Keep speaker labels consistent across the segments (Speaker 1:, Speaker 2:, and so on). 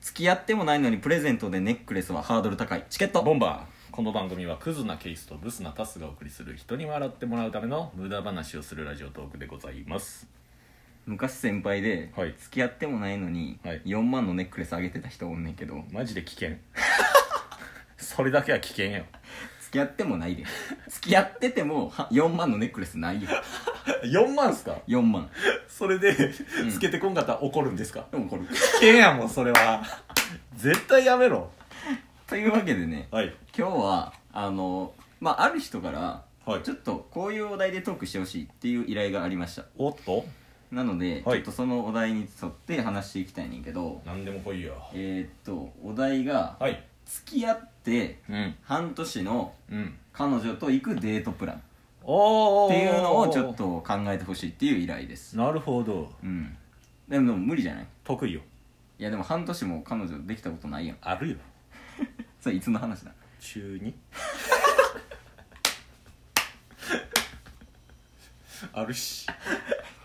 Speaker 1: 付き合ってもないのにプレゼントでネックレスはハードル高いチケット
Speaker 2: ボンバーこの番組はクズなケイスとブスなタスがお送りする人に笑ってもらうための無駄話をするラジオトークでございます
Speaker 1: 昔先輩で
Speaker 2: はい
Speaker 1: 付き合ってもないのに
Speaker 2: はい
Speaker 1: 4万のネックレスあげてた人おんねんけど
Speaker 2: マジで危険それだけは危険よ
Speaker 1: 付き合ってもないで 付き合っててもは4万のネックレスないよ
Speaker 2: 4万っすか
Speaker 1: 4万
Speaker 2: それでつけてこんかったら怒るんですか
Speaker 1: でもこれ
Speaker 2: 危険やもんそれは絶対やめろ
Speaker 1: というわけでね
Speaker 2: はい
Speaker 1: 今日はあのまあある人から
Speaker 2: はい
Speaker 1: ちょっとこういうお題でトークしてほしいっていう依頼がありました
Speaker 2: おっと
Speaker 1: なので、
Speaker 2: は
Speaker 1: ち
Speaker 2: い
Speaker 1: ょっとそのお題に沿って話していきたいねんけど
Speaker 2: 何でも来いよ
Speaker 1: えー、っとお題が
Speaker 2: はい
Speaker 1: 付き合って
Speaker 2: うん
Speaker 1: 半年の
Speaker 2: うん
Speaker 1: 彼女と行くデートプランっ
Speaker 2: おー
Speaker 1: ていうのをちょっと考えてほしいっていう依頼です
Speaker 2: なるほど
Speaker 1: うんでもでも無理じゃない
Speaker 2: 得意よ
Speaker 1: いやでも半年も彼女できたことないやん
Speaker 2: あるよ
Speaker 1: それいつの話だ
Speaker 2: 中に あるし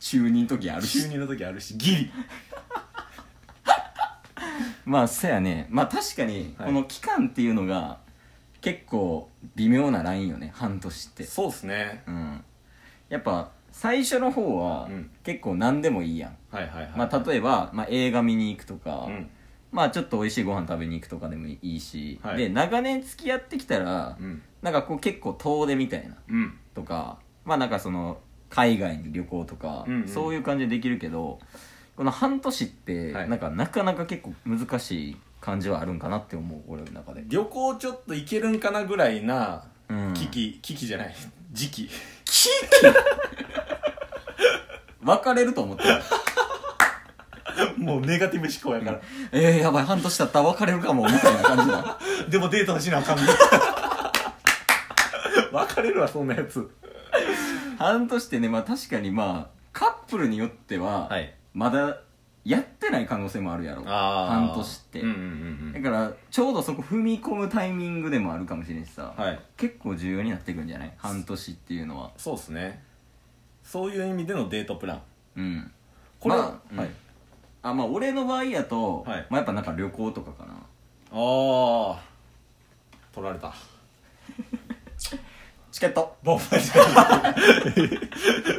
Speaker 1: 中2の時あるし
Speaker 2: 中二の時あるしギリ
Speaker 1: まあそやねまあ確かに
Speaker 2: はい
Speaker 1: この期間っていうのが結構微妙なラインよね半年って
Speaker 2: そうっすね
Speaker 1: うんやっぱ最初の方は
Speaker 2: うん
Speaker 1: 結構何でもいいやん、
Speaker 2: はいはいはい
Speaker 1: まあ例えば、まあ、映画見に行くとか、
Speaker 2: うん
Speaker 1: まあちょっと美味しいご飯食べに行くとかでもいいし、
Speaker 2: はい
Speaker 1: で長年付き合ってきたら、
Speaker 2: うん
Speaker 1: なんかこう結構遠出みたいな
Speaker 2: うん
Speaker 1: とかまあなんかその海外に旅行とか、
Speaker 2: うんうん
Speaker 1: そういう感じでできるけどこの半年って
Speaker 2: はい
Speaker 1: なんかなかなか結構難しい感じはあるんかなって思う俺の中で、
Speaker 2: 旅行ちょっと行けるんかなぐらいな
Speaker 1: うん、
Speaker 2: 危機危機じゃない時期
Speaker 1: 別れると思ってた
Speaker 2: もうネガティブ思考やから、
Speaker 1: えー、やばい半年経ったら別れるかもみたいな感じ だ
Speaker 2: でもデートはしなあかんね 別れるわそんなやつ
Speaker 1: 半年ってねまあ確かにまあカップルによっては、
Speaker 2: はい
Speaker 1: まだやってない可能性もあるやろ
Speaker 2: あー
Speaker 1: 半年って、
Speaker 2: うんうんうんう
Speaker 1: だ
Speaker 2: ん
Speaker 1: からちょうどそこ踏み込むタイミングでもあるかもしれんしさ、
Speaker 2: はい
Speaker 1: 結構重要になってくるんじゃない半年っていうのは
Speaker 2: そうっすねそういう意味でのデートプラン
Speaker 1: うん
Speaker 2: これ
Speaker 1: まあ
Speaker 2: はい
Speaker 1: うんあまあ俺の場合やと、
Speaker 2: はい
Speaker 1: まあ、やっぱなんか旅行とかかな
Speaker 2: ああ取られた
Speaker 1: チケット
Speaker 2: ボンバーじゃない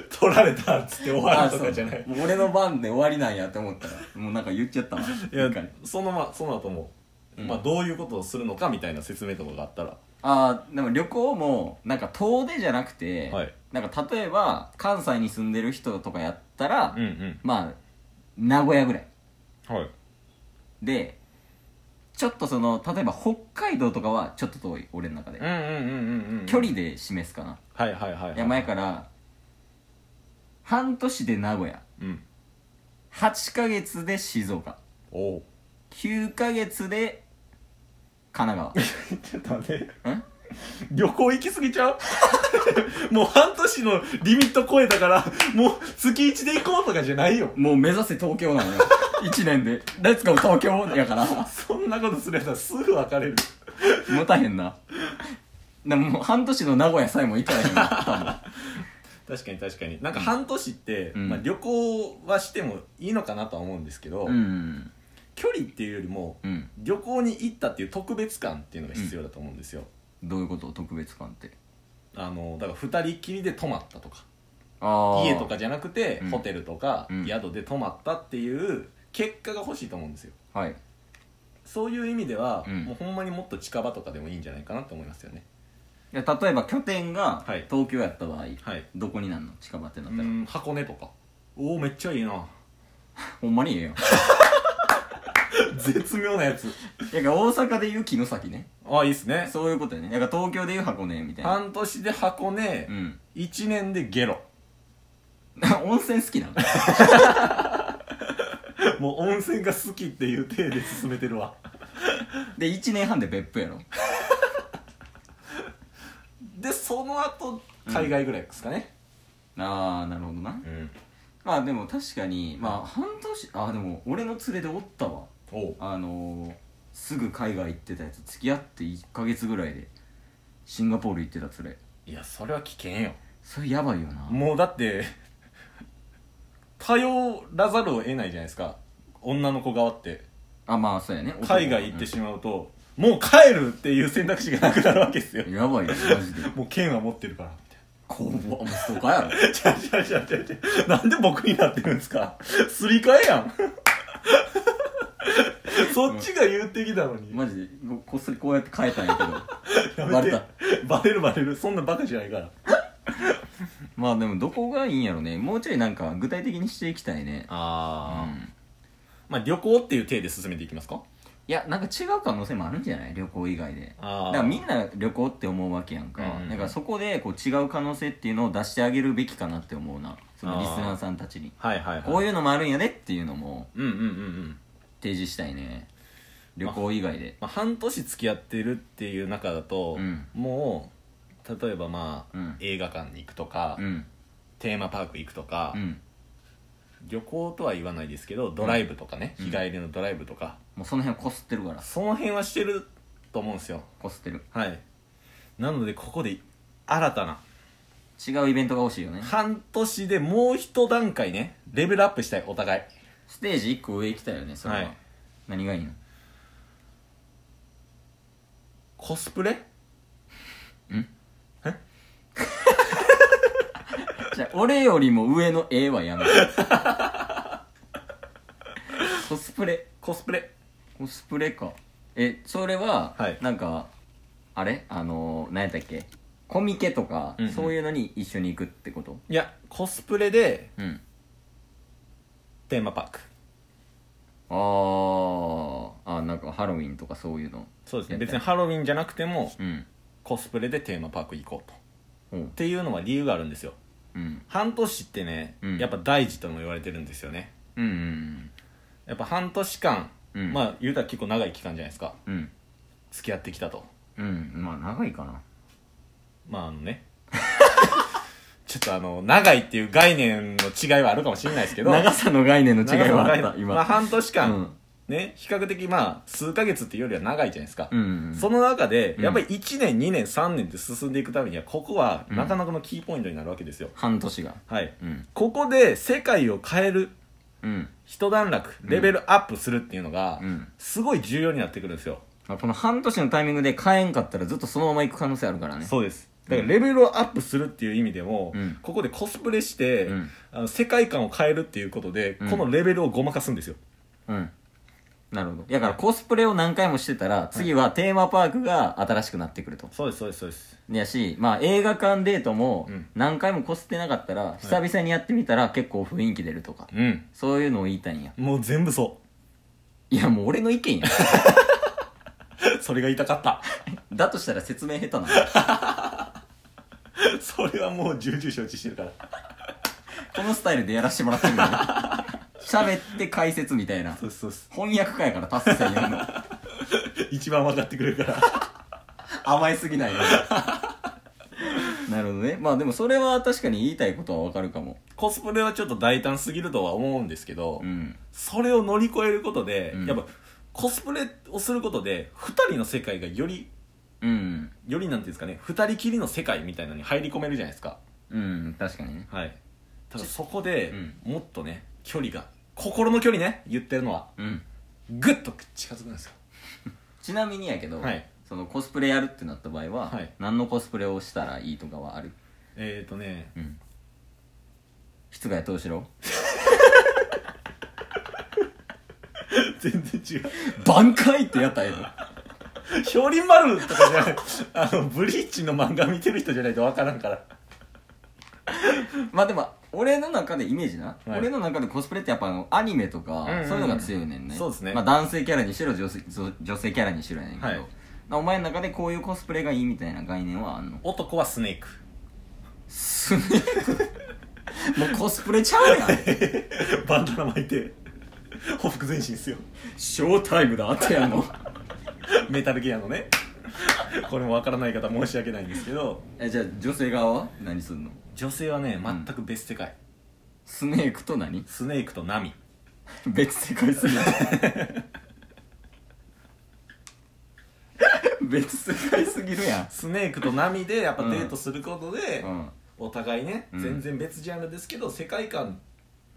Speaker 2: 取られたっつって終わ
Speaker 1: あ
Speaker 2: るとかじゃない
Speaker 1: そう俺の番で終わりなんやって思ったらもうなんか言っちゃったわ
Speaker 2: いや
Speaker 1: なんかね
Speaker 2: そのまその後も、まあどういうことをするのかみたいな説明とかがあったら
Speaker 1: あーでも旅行もなんか遠出じゃなくて、
Speaker 2: はい
Speaker 1: なんか例えば関西に住んでる人とかやったら、
Speaker 2: ん
Speaker 1: まあ名古屋ぐらい
Speaker 2: うんはい
Speaker 1: でちょっとその例えば北海道とかはちょっと遠い俺の中で、
Speaker 2: うんうんうんうんうん
Speaker 1: 距離で示すかな、
Speaker 2: はいはいはいはい
Speaker 1: いや前から半年で名古屋
Speaker 2: うん
Speaker 1: 8ヶ月で静岡
Speaker 2: おう
Speaker 1: 9ヶ月で神奈
Speaker 2: ちょっと待って
Speaker 1: 川ん
Speaker 2: 旅行行き過ぎちゃう もう半年のリミット超えたからもう月1で行こうとかじゃないよ
Speaker 1: もう目指せ東京なの よ1年で「レッツゴー東京」やから
Speaker 2: そんなことすればすぐ別れる
Speaker 1: もたへんなでももう半年の名古屋さえも行かへんな
Speaker 2: 確かに確かになんか半年って、
Speaker 1: うん
Speaker 2: まあ、旅行はしてもいいのかなとは思うんですけど、
Speaker 1: 多分うん
Speaker 2: 距離っていうよりも
Speaker 1: うん
Speaker 2: 旅行に行ったっていう特別感っていうのが必要だと思うんですよ、
Speaker 1: どういうこと特別感って
Speaker 2: あのだから2人きりで泊まったとか
Speaker 1: あ
Speaker 2: 家とかじゃなくて、
Speaker 1: うん
Speaker 2: ホテルとか、
Speaker 1: うん
Speaker 2: 宿で泊まったっていう結果が欲しいと思うんですよ
Speaker 1: はい
Speaker 2: そういう意味では、
Speaker 1: うん
Speaker 2: もうほんまにもっと近場とかでもいいんじゃないかなと思いますよね
Speaker 1: いや例えば拠点が
Speaker 2: はい
Speaker 1: 東京やった場合、
Speaker 2: はい
Speaker 1: どこになんの近場ってな
Speaker 2: う
Speaker 1: ったら、
Speaker 2: ん箱根とかおおめっちゃいいな
Speaker 1: ほんま にええよ
Speaker 2: 絶妙なやつ
Speaker 1: いや大阪でいう城崎ね
Speaker 2: あいいっすね
Speaker 1: そういうことやねだから東京でいう箱根みたいな
Speaker 2: 半年で箱根
Speaker 1: う、ん
Speaker 2: 1年でゲロ
Speaker 1: 温泉好きなの
Speaker 2: もう温泉が好きっていう体で進めてるわ
Speaker 1: で1年半で別府やろ
Speaker 2: でその後海外ぐらいですかね
Speaker 1: ああなるほどな
Speaker 2: うん、
Speaker 1: まあでも確かにまあ半年あーでも俺の連れでおったわ
Speaker 2: おう
Speaker 1: あのー、すぐ海外行ってたやつ付き合って1ヶ月ぐらいでシンガポール行ってた連れ
Speaker 2: いやそれは危険よ
Speaker 1: それやばいよな
Speaker 2: もうだって頼らざるを得ないじゃないですか女の子側って
Speaker 1: あまあそうやね
Speaker 2: 海外行ってしまうと、もう帰るっていう選択肢がなくなるわけですよ
Speaker 1: うんやばいよマジで
Speaker 2: もう剣は持ってるからみたいな
Speaker 1: 怖っもうそうかやろ
Speaker 2: ちゃちゃちゃちゃちゃなんで僕になってるんですかすり替えやんそっちが言ってきたのに、
Speaker 1: マジでここっそりこうやって変えたんやけ
Speaker 2: や
Speaker 1: ど
Speaker 2: めて
Speaker 1: バレた
Speaker 2: バレるバレるそんなバカじゃないから
Speaker 1: まあでもどこがいいんやろねもうちょいなんか具体的にしていきたいねう
Speaker 2: あ
Speaker 1: ん
Speaker 2: まあ旅行っていう体で進めていきますか
Speaker 1: いやなんか違う可能性もあるんじゃない旅行以外で
Speaker 2: あ
Speaker 1: だからみんな旅行って思うわけやんか、
Speaker 2: うんうん
Speaker 1: だからそこでこう違う可能性っていうのを出してあげるべきかなって思うなそのリスナーさんたちに
Speaker 2: はいはいはい
Speaker 1: こういうのもあるんやねっていうのも
Speaker 2: うんうんうんうん、
Speaker 1: 提示したいね旅行以外で
Speaker 2: まあ、半年付き合ってるっていう中だと、
Speaker 1: うん
Speaker 2: もう例えばまあ、
Speaker 1: うん
Speaker 2: 映画館に行くとか、
Speaker 1: うん
Speaker 2: テーマパーク行くとか、
Speaker 1: うん
Speaker 2: 旅行とは言わないですけどドライブとかね、
Speaker 1: うん
Speaker 2: 日帰りのドライブとか
Speaker 1: もうその辺こすってるから
Speaker 2: その辺はしてると思うんですよ
Speaker 1: こすってる
Speaker 2: はいなのでここで新たな
Speaker 1: 違うイベントが欲しいよね
Speaker 2: 半年でもう一段階ねレベルアップしたいお互い
Speaker 1: ステージ1個上行きたいよねそれは、
Speaker 2: はい
Speaker 1: 何がいいの
Speaker 2: コスプレ
Speaker 1: じゃあ俺よりも上の絵はやめ てコスプレ
Speaker 2: コスプレ
Speaker 1: コスプレかえそれは、
Speaker 2: はい
Speaker 1: なんかあれあのー、何やったっけコミケとか、
Speaker 2: うんうん
Speaker 1: そういうのに一緒に行くってこと
Speaker 2: いやコスプレで
Speaker 1: うん
Speaker 2: テーマパーク
Speaker 1: あーあなんかハロウィンとかそういうの
Speaker 2: そうです
Speaker 1: や
Speaker 2: ね
Speaker 1: った
Speaker 2: 別にハロウィンじゃなくても
Speaker 1: うん
Speaker 2: コスプレでテーマパーク行こうとっ
Speaker 1: おう
Speaker 2: ていうのは理由があるんですよ
Speaker 1: うん
Speaker 2: 半年ってね、
Speaker 1: うん
Speaker 2: やっぱ大事とも言われてるんですよね
Speaker 1: うんうん
Speaker 2: やっぱ半年間、
Speaker 1: うん
Speaker 2: まあ言うたら結構長い期間じゃないですか
Speaker 1: うん
Speaker 2: 付き合ってきたと
Speaker 1: うんまあ長いかな
Speaker 2: まああのね ちょっとあの長いっていう概念の違いはあるかもしれないですけど
Speaker 1: 長さの概念の
Speaker 2: 長
Speaker 1: 違い
Speaker 2: さの
Speaker 1: はあ
Speaker 2: 概
Speaker 1: っ
Speaker 2: 念
Speaker 1: た今、
Speaker 2: まあ、半年間、
Speaker 1: うん
Speaker 2: ね比較的まあ数ヶ月っていうよりは長いじゃないですか、
Speaker 1: うんうんうん
Speaker 2: その中で
Speaker 1: うん
Speaker 2: やっぱり1年2年3年って進んでいくためにはここは
Speaker 1: うん
Speaker 2: なかなかのキーポイントになるわけですよ、
Speaker 1: 半年が
Speaker 2: はい
Speaker 1: うん
Speaker 2: ここで世界を変える
Speaker 1: うん
Speaker 2: 一段落レベルアップするっていうのが、
Speaker 1: うん
Speaker 2: すごい重要になってくるんですよ、
Speaker 1: あこの半年のタイミングで変えんかったらずっとそのまま行く可能性あるからね
Speaker 2: そうですだからレベルをアップするっていう意味でも、
Speaker 1: うん
Speaker 2: ここでコスプレして、
Speaker 1: うん
Speaker 2: あの世界観を変えるっていうことで、
Speaker 1: うん
Speaker 2: このレベルをごまかすんですよ
Speaker 1: うん。なるほど。だからコスプレを何回もしてたら、次はテーマパークが新しくなってくると。
Speaker 2: そうですそうですそうです
Speaker 1: やし、まあ映画館デートも
Speaker 2: うん
Speaker 1: 何回もこすってなかったら、久々にやってみたら結構雰囲気出るとか。
Speaker 2: うん
Speaker 1: そういうのを言いたいんや。
Speaker 2: もう全部そ
Speaker 1: いや、もう俺の意見 や。
Speaker 2: うそれが痛かった
Speaker 1: だとしたら説明下手なの。
Speaker 2: それはもう重々承知してるから
Speaker 1: このスタイルでやらせてもらってるん だね。喋って解説みたいな。
Speaker 2: そうですそうです
Speaker 1: 翻訳会から達成さんやんの。
Speaker 2: 一番分かってくれるから
Speaker 1: 甘いすぎないよ。 なるほどね。まあでもそれは確かに言いたいことはわかるかも。
Speaker 2: コスプレはちょっと大胆すぎるとは思うんですけど、
Speaker 1: うん。
Speaker 2: それを乗り越えることで、
Speaker 1: うん
Speaker 2: やっぱコスプレをすることで2人の世界がより
Speaker 1: うん。
Speaker 2: よりなんていうんですかね2人きりの世界みたいなのに入り込めるじゃないですか
Speaker 1: うん、確かにね。
Speaker 2: はいただそこで
Speaker 1: うん
Speaker 2: もっとね距離が心の距離ね言ってるのは
Speaker 1: うん。
Speaker 2: グッと近づくんですよ
Speaker 1: ちなみにやけど、
Speaker 2: はい
Speaker 1: そのコスプレやるってなった場合は、
Speaker 2: はい
Speaker 1: 何のコスプレをしたらいいとかはある
Speaker 2: えっ、ー、とね
Speaker 1: うん。室外藤四郎
Speaker 2: 全然違う
Speaker 1: 挽回ってやったらええの
Speaker 2: ひょうりん丸とかじゃ ないあのブリーチの漫画見てる人じゃないと分からんから
Speaker 1: まあでも、俺の中でイメージな、
Speaker 2: はい
Speaker 1: 俺の中でコスプレってやっぱあのアニメとか、
Speaker 2: うんうん
Speaker 1: そういうのが強いねんね。
Speaker 2: そうですね
Speaker 1: まあ男性キャラにしろ女性、女女性キャラにしろやねんけど、
Speaker 2: はい
Speaker 1: なお前の中でこういうコスプレがいいみたいな概念はあんの
Speaker 2: 男はスネーク
Speaker 1: すね もうコスプレちゃうやん
Speaker 2: バンダナ巻いてほふく前進ですよ
Speaker 1: ショータイムだってやんの
Speaker 2: メタルギアのねこれも分からない方申し訳ないんですけど
Speaker 1: えじゃあ女性側は何すんの
Speaker 2: 女性はね全く別世界、
Speaker 1: スネークと何
Speaker 2: スネークとナミ
Speaker 1: 別世界すぎる 別世界すぎるやん
Speaker 2: スネークとナミでやっぱ
Speaker 1: うん
Speaker 2: デートすることで、
Speaker 1: うん
Speaker 2: お互いね、
Speaker 1: うん
Speaker 2: 全然別ジャンルですけど世界観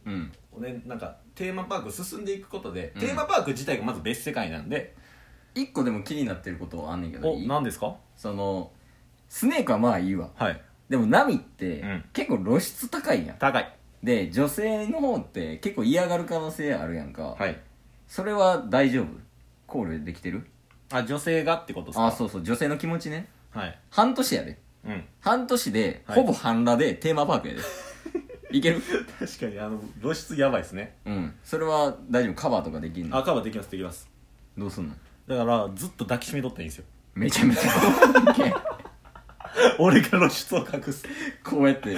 Speaker 1: うん
Speaker 2: をねなんかテーマパーク進んでいくことで、
Speaker 1: うん
Speaker 2: テーマパーク自体がまず別世界なんで、
Speaker 1: 一個でも気になってることあんねんけど
Speaker 2: お
Speaker 1: いい
Speaker 2: 何ですか
Speaker 1: そのスネークはまあいいわ
Speaker 2: はい
Speaker 1: でもナミって
Speaker 2: うん
Speaker 1: 結構露出高いやん、
Speaker 2: 高い
Speaker 1: で女性の方って結構嫌がる可能性あるやんか、
Speaker 2: はい
Speaker 1: それは大丈夫考慮できてる
Speaker 2: あ女性がってことですか
Speaker 1: あそうそう女性の気持ちね
Speaker 2: はい
Speaker 1: 半年やで
Speaker 2: うん
Speaker 1: 半年で、
Speaker 2: はい
Speaker 1: ほぼ半裸でテーマパー クやでいける
Speaker 2: 確かにあの露出やばいですね
Speaker 1: うんそれは大丈夫カバーとかできんの
Speaker 2: 赤はできますできます
Speaker 1: どうすんの
Speaker 2: だからずっと抱きしめとったらいいん ですよ
Speaker 1: めちゃめち ゃ
Speaker 2: 俺が露出を隠す
Speaker 1: こうやって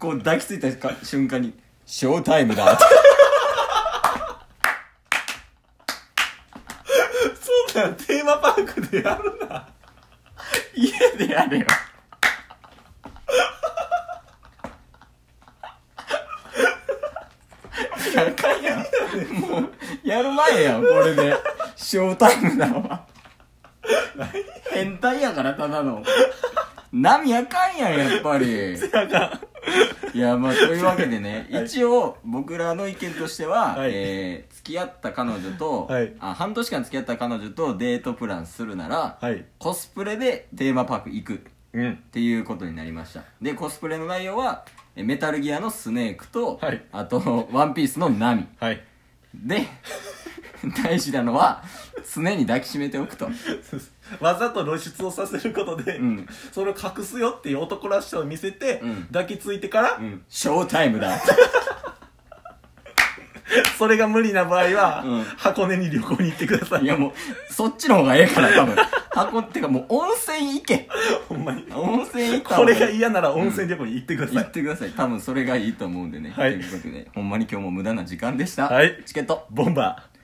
Speaker 1: こう抱きついたか瞬間に「ショータイムだ」って
Speaker 2: そんなんテーマパークでやるな
Speaker 1: 家でやれよやかんやんもうやる前やんこれでショータイムだわ変態やからただの波あかんやんやっぱりいやまあというわけでね、
Speaker 2: はい
Speaker 1: 一応僕らの意見としては、
Speaker 2: はい
Speaker 1: えー付き合った彼女と、
Speaker 2: はい
Speaker 1: あ半年間付き合った彼女とデートプランするなら、
Speaker 2: はい
Speaker 1: コスプレでテーマパーク行くっ
Speaker 2: うん
Speaker 1: ていうことになりましたでコスプレの内容はえメタルギアのスネークと、
Speaker 2: はい
Speaker 1: あとワンピースのナミ
Speaker 2: はい
Speaker 1: で 大事なのは常に抱きしめておくと
Speaker 2: わざと露出をさせることで、
Speaker 1: うん
Speaker 2: それを隠すよっていう男らしさを見せて、
Speaker 1: うん
Speaker 2: 抱きついてから、
Speaker 1: うんショータイムだ
Speaker 2: それが無理な場合は、
Speaker 1: うん
Speaker 2: 箱根に旅行に行ってください
Speaker 1: いやもうそっちの方がええから多分箱ってかもう温泉行け
Speaker 2: ほんまに
Speaker 1: 温泉行った
Speaker 2: こ
Speaker 1: 方
Speaker 2: れが
Speaker 1: い
Speaker 2: 嫌なら温泉旅行に行ってくださ
Speaker 1: 行
Speaker 2: い、
Speaker 1: ってください多分それがいいと思うんでね、
Speaker 2: はい
Speaker 1: ということでほんまに今日も無駄な時間でした、
Speaker 2: はい
Speaker 1: チケット
Speaker 2: ボンバー